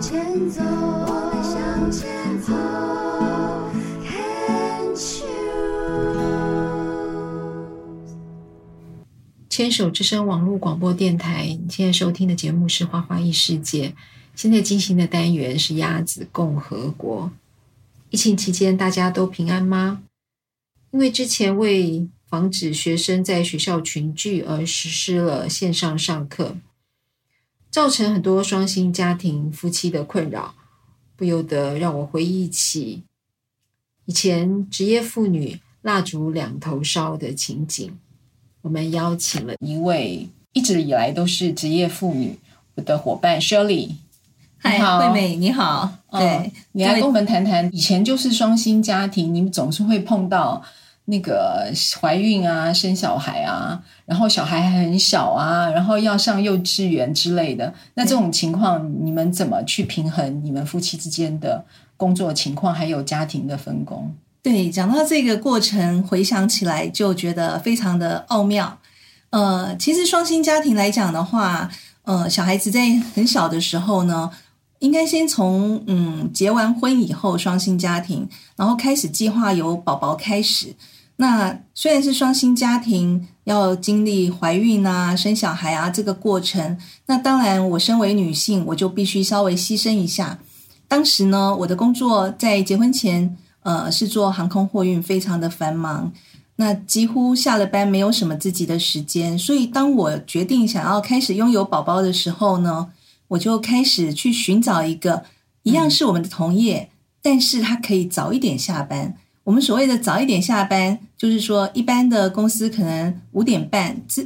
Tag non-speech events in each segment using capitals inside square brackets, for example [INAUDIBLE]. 前走，我们向前走。Can't you？牵手之声网络广播电台，你现在收听的节目是《花花异世界》，现在进行的单元是鸭子共和国。疫情期间大家都平安吗？因为之前为防止学生在学校群聚而实施了线上上课，造成很多双薪家庭夫妻的困扰，不由得让我回忆起以前职业妇女蜡烛两头烧的情景。我们邀请了一位一直以来都是职业妇女我的伙伴 Shirley，嗨，你好惠美你好，嗯对，你来对跟我们谈谈，以前就是双薪家庭，你们总是会碰到那个怀孕啊、生小孩啊，然后小孩还很小啊，然后要上幼稚园之类的。那这种情况，你们怎么去平衡你们夫妻之间的工作情况，还有家庭的分工？对，讲到这个过程，回想起来就觉得非常的奥妙。呃，其实双薪家庭来讲的话，呃，小孩子在很小的时候呢，应该先从嗯结完婚以后双薪家庭，然后开始计划有宝宝开始。那虽然是双薪家庭，要经历怀孕啊、生小孩啊这个过程，那当然我身为女性，我就必须稍微牺牲一下。当时呢，我的工作在结婚前，呃，是做航空货运，非常的繁忙，那几乎下了班没有什么自己的时间。所以，当我决定想要开始拥有宝宝的时候呢，我就开始去寻找一个一样是我们的同业，但是他可以早一点下班。我们所谓的早一点下班，就是说一般的公司可能五点半，这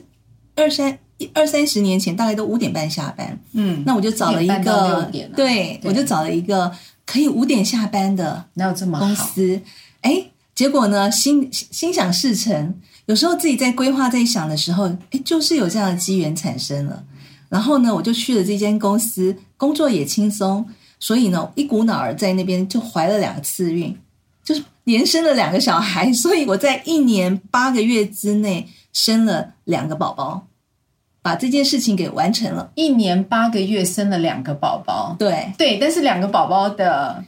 二三一二三十年前大概都五点半下班。嗯那我就找了一5点半到6个，点啊对对我就找了一个可以五点下班的哪有这么公好？司。哎，结果呢，心心想事成。有时候自己在规划、在想的时候，哎，就是有这样的机缘产生了。然后呢，我就去了这间公司，工作也轻松，所以呢，一股脑儿在那边就怀了两次孕，就是连生了两个小孩。 [LAUGHS] 所以我在一年八个月之内生了两个宝宝，把这件事情给完成了。一年八个月生了两个宝宝，对，对，但是两个宝宝的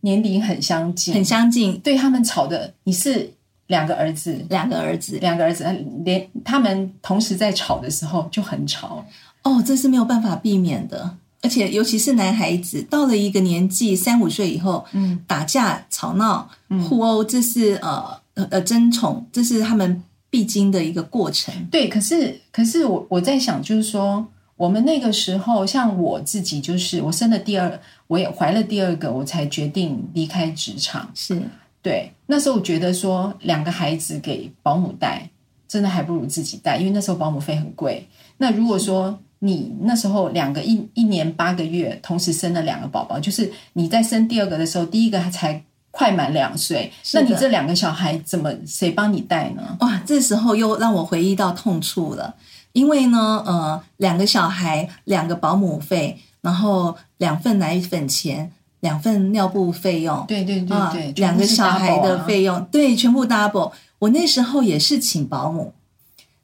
年龄很相近，很相近，对他们吵的，你是两个儿子，两个儿子两个儿子连他们同时在吵的时候就很吵，哦，这是没有办法避免的。而且，尤其是男孩子，到了一个年纪，三五岁以后，嗯，打架、吵闹、互殴，这是呃呃呃争宠，这是他们必经的一个过程。对。可是可是我我在想，就是说我们那个时候，像我自己，就是我生了第二，我也怀了第二个，我才决定离开职场。是，对，那时候我觉得说两个孩子给保姆带，真的还不如自己带，因为那时候保姆费很贵。那如嗯果说你那时候两个一一年八个月同时生了两个宝宝，就是你在生第二个的时候，第一个才快满两岁，是那的你这两个小孩怎么谁帮你带呢？哇，这时候又让我回忆到痛处了，因为呢，呃，两个小孩，两个保姆费，然后两份奶粉钱，两份尿布费用，对对对啊对，全部两个是小孩 double 的啊，费用，对，全部 double。我那时候也是请保姆，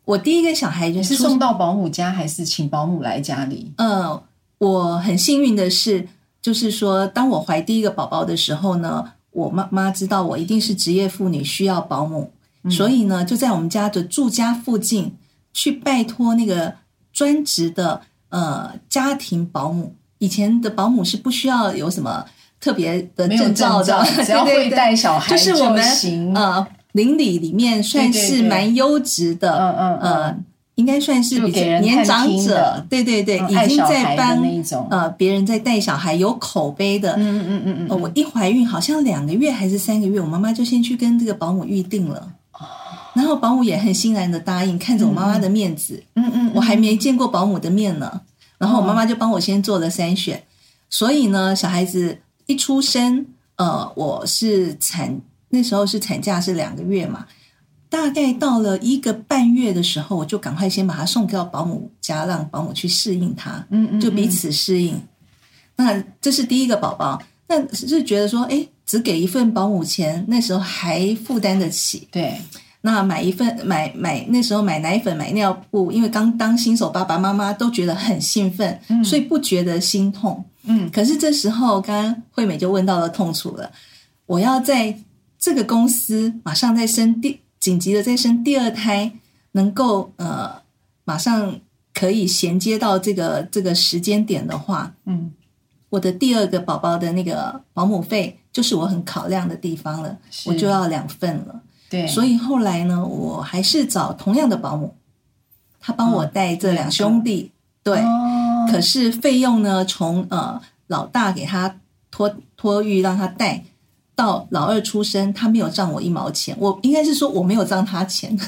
我第一个小孩就你是出送到保姆家还是请保姆来家里？呃，我很幸运的是，就是说，当我怀第一个宝宝的时候呢，我妈妈知道我一定是职业妇女，需要保姆，嗯所以呢，就在我们家的住家附近去拜托那个专职的呃家庭保姆。以前的保姆是不需要有什么特别的没有呃证照的， [LAUGHS] 证照只要对对会对带小孩就是我们就行呃邻里里面算对对是对蛮优质的，嗯嗯嗯呃，应该算是就比较给人年探长听者的，对对对，嗯已爱经小在孩的帮那一种呃别人在带小孩有口碑的。嗯嗯嗯嗯呃，我一怀孕好像两个月还是三个月，我妈妈就先去跟这个保姆预定了，然后保姆也很欣然的答应，看着我妈妈的面子，哦嗯嗯，我还没见过保姆的面呢。然后我妈妈就帮我先做了筛选，所以呢，小孩子一出生，呃，我是产那时候是产假是两个月嘛，大概到了一个半月的时候，我就赶快先把他送到保姆家，让保姆去适应他，嗯嗯就彼此适应。那这是第一个宝宝，那是觉得说，哎，只给一份保姆钱，那时候还负担得起。对，那买一份买买那时候买奶粉买尿布，因为刚当新手爸爸妈妈都觉得很兴奋，嗯所以不觉得心痛。嗯可是这时候，刚刚惠美就问到了痛楚了，我要在这个公司马上再生第紧急的再生第二胎，能够呃马上可以衔接到这个这个时间点的话，嗯，我的第二个宝宝的那个保姆费就是我很考量的地方了，是我就要两份了。对，所以后来呢，我还是找同样的保姆，他帮我带这两兄弟，对，嗯哦可是费用呢，从呃老大给他托托育让他带，到老二出生，他没有涨我一毛钱。我应该是说我没有涨 [LAUGHS] 他钱，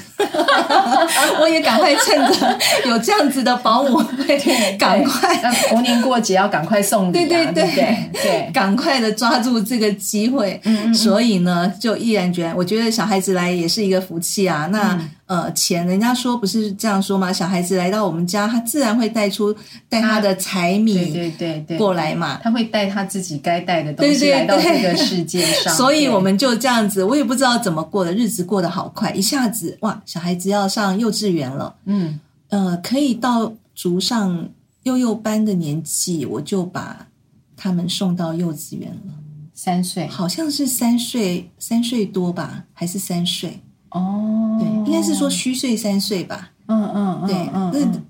我也赶快趁着有这样子的保姆费， [LAUGHS] 赶快那逢年过节要赶快送礼、啊，对对对对不对对，赶快的抓住这个机会。嗯所以呢，就毅然决然。我觉得小孩子来也是一个福气啊。那、嗯呃，钱人家说不是这样说吗？小孩子来到我们家，他自然会带出带他的啊柴对米对对对，过来嘛。他会带他自己该带的东对西对来到对这个世界上， [LAUGHS] 所以对我们就这样子，我也不知道怎么过的，日子过得好快，一下子哇，小孩子要上幼稚园了，嗯呃，可以到足上幼幼班的年纪，我就把他们送到幼稚园了，三岁好像是三岁三岁多吧，还是三岁？哦，对，应该是说虚岁三岁吧。嗯嗯嗯对嗯那嗯。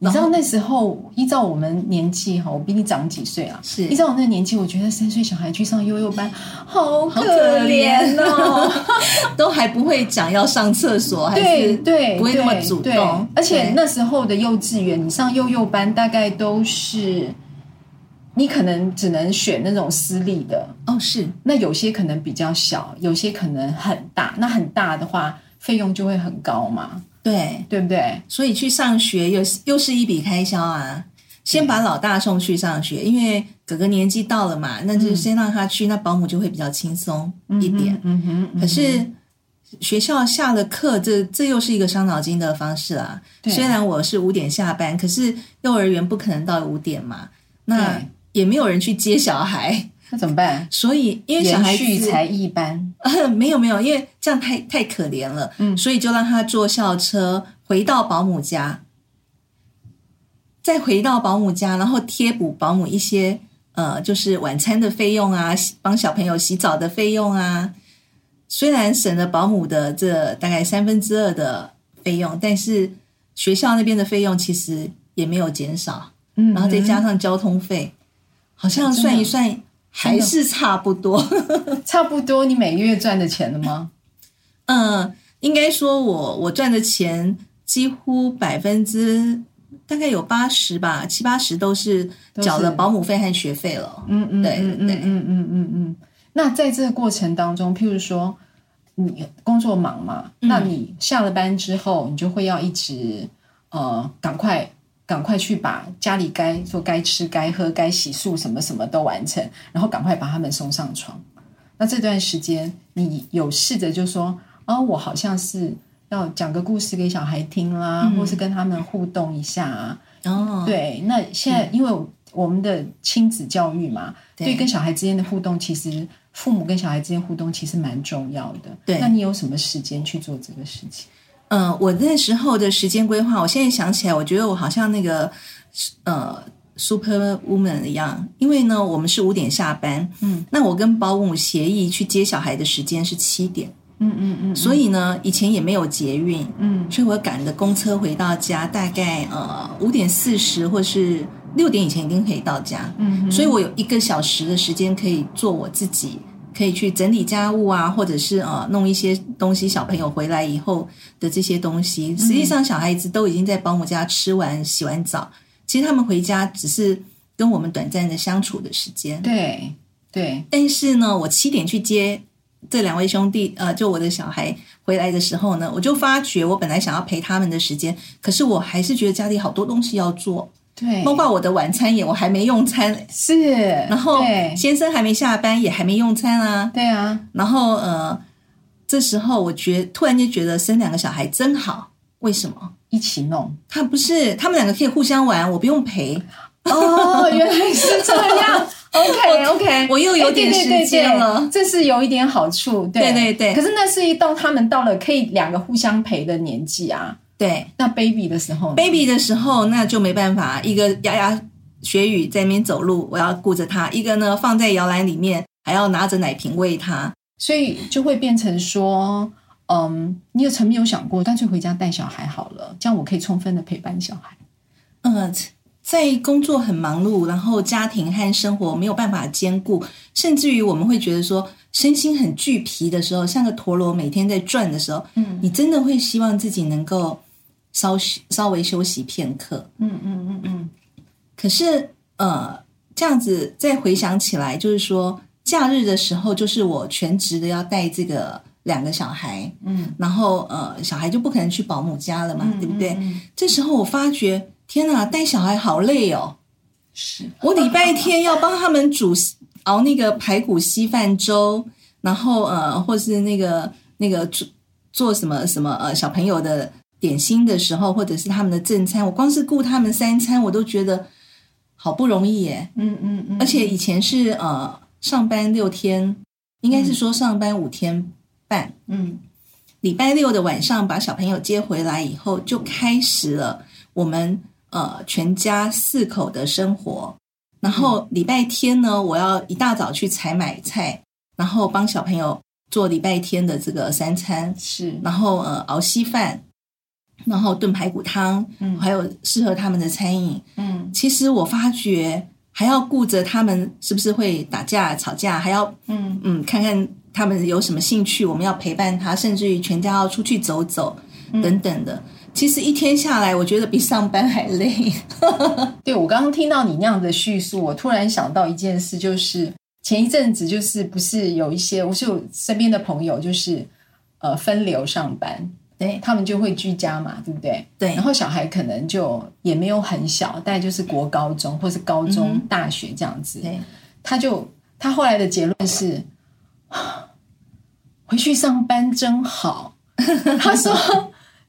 你知道那时候，依照我们年纪哈，我比你长几岁啊？是依照我那个年纪，我觉得三岁小孩去上幼幼班，好好可怜怜哦。 [LAUGHS] 都还不会讲要上厕所，还对是对，不会那么对主对动而且对那时候的幼稚园，你上幼幼班大概都是，你可能只能选那种私立的，哦是那有些可能比较小，有些可能很大。那很大的话，费用就会很高嘛，对，对不对？所以去上学又是又是一笔开销啊。先把老大送去上学，因为哥哥年纪到了嘛，那就先让他去，那保姆就会比较轻松一点。嗯哼，嗯哼可是学校下了课，这这又是一个伤脑筋的方式啊。对虽然我是五点下班，可是幼儿园不可能到五点嘛，那对也没有人去接小孩，那怎么办？所以因为小延孩续子才艺班， [LAUGHS] 没有没有，因为这样太太可怜了，嗯所以就让他坐校车回到保姆家，再回到保姆家，然后贴补保姆一些呃，就是晚餐的费用啊，洗帮小朋友洗澡的费用啊。虽然省了保姆的这大概三分之二的费用，但是学校那边的费用其实也没有减少，嗯然后再加上交通费，好像算一算还是差不多。差不多你每个月赚的钱了吗？嗯，应该说我我赚的钱几乎百分之大概有八十吧，七八十都是都是缴了保姆费和学费了。嗯嗯，对嗯嗯对嗯嗯嗯嗯。那在这个过程当中，譬如说你工作忙嘛，嗯那你下了班之后，你就会要一直呃，赶快赶快去把家里该做、该吃、该喝、该洗漱什么什么都完成，然后赶快把他们送上床。那这段时间，你有试着就说，哦，我好像是要讲个故事给小孩听啦，嗯或是跟他们互动一下啊。哦，对，那现在因为我们的亲子教育嘛，对对跟小孩之间的互动，其实父母跟小孩之间互动其实蛮重要的。对那你有什么时间去做这个事情？嗯、我那时候的时间规划，我现在想起来，我觉得我好像那个呃 super woman 一样，因为呢，我们是五点下班，嗯，那我跟保姆协议去接小孩的时间是七点，嗯嗯嗯，所以呢，以前也没有捷运，嗯所以我赶着公车回到家，大概呃五点四十或是六点以前一定可以到家，嗯所以我有一个小时的时间可以做我自己，可以去整理家务啊，或者是呃弄一些东西，小朋友回来以后的这些东西。实际上，小孩子都已经在保姆家吃完、洗完澡，其实他们回家只是跟我们短暂的相处的时间。对对，但是呢，我七点去接这两位兄弟，呃，就我的小孩回来的时候呢，我就发觉我本来想要陪他们的时间，可是我还是觉得家里好多东西要做，对，包括我的晚餐也我还没用餐，是，然后对先生还没下班也还没用餐啊，对啊，然后呃，这时候我觉突然间觉得生两个小孩真好，为什么？一起弄。他不是他们两个可以互相玩，我不用陪， [LAUGHS] 哦，原来是这样， OK OK，我又有点时间了这是有一点好处。对对对对可是那是一到他们到了可以两个互相陪的年纪啊。对那 baby 的时候呢，baby 的时候那就没办法，一个牙牙学语在那边走路，我要顾着他；一个呢放在摇篮里面，还要拿着奶瓶喂他。所以就会变成说，嗯，你有曾没有想过，干脆回家带小孩好了，这样我可以充分的陪伴小孩。嗯，在工作很忙碌，然后家庭和生活没有办法兼顾，甚至于我们会觉得说身心很俱疲的时候，像个陀螺每天在转的时候，嗯你真的会希望自己能够稍稍微休息片刻。嗯嗯嗯嗯，可是呃，这样子再回想起来，就是说假日的时候，就是我全职的要带这个两个小孩，嗯，然后呃，小孩就不可能去保姆家了嘛，对不对？嗯这时候我发觉，天哪，带小孩好累哦。是我礼拜天要帮他们煮熬那个排骨稀饭粥，然后呃，或是那个那个做做什么什么呃小朋友的点心的时候，或者是他们的正餐，我光是顾他们三餐，我都觉得好不容易耶。嗯嗯嗯，而且以前是呃上班六天，应该是说上班五天半，嗯礼拜六的晚上把小朋友接回来以后，就开始了我们呃全家四口的生活。然后礼拜天呢，我要一大早去采买菜，然后帮小朋友做礼拜天的这个三餐，是然后呃熬稀饭，然后炖排骨汤，嗯还有适合他们的餐饮。嗯其实我发觉还要顾着他们是不是会打架吵架，还要嗯嗯，看看他们有什么兴趣，我们要陪伴他，甚至于全家要出去走走、等等的。其实一天下来，我觉得比上班还累。对我刚刚听到你那样的叙述，我突然想到一件事，就是前一阵子就是不是有一些，我是有身边的朋友就是呃分流上班，对他们就会居家嘛，对不对？对然后小孩可能就也没有很小，大概就是国高中或是高中、嗯哼大学这样子。对他就他后来的结论是，啊回去上班真好。他说。 [LAUGHS]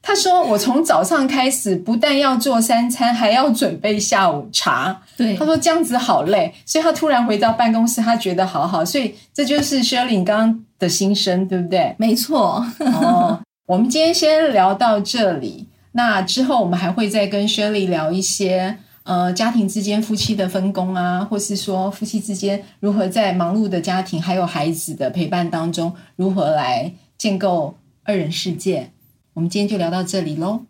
他说：“我从早上开始，不但要做三餐，还要准备下午茶。对他说这样子好累，所以他突然回到办公室，他觉得好好。所以这就是 Shirley 你刚刚的心声，对不对？没错，哦，我们今天先聊到这里。那之后我们还会再跟 Shirley 聊一些呃家庭之间夫妻的分工啊，或是说夫妻之间如何在忙碌的家庭还有孩子的陪伴当中，如何来建构二人世界。我们今天就聊到这里喽。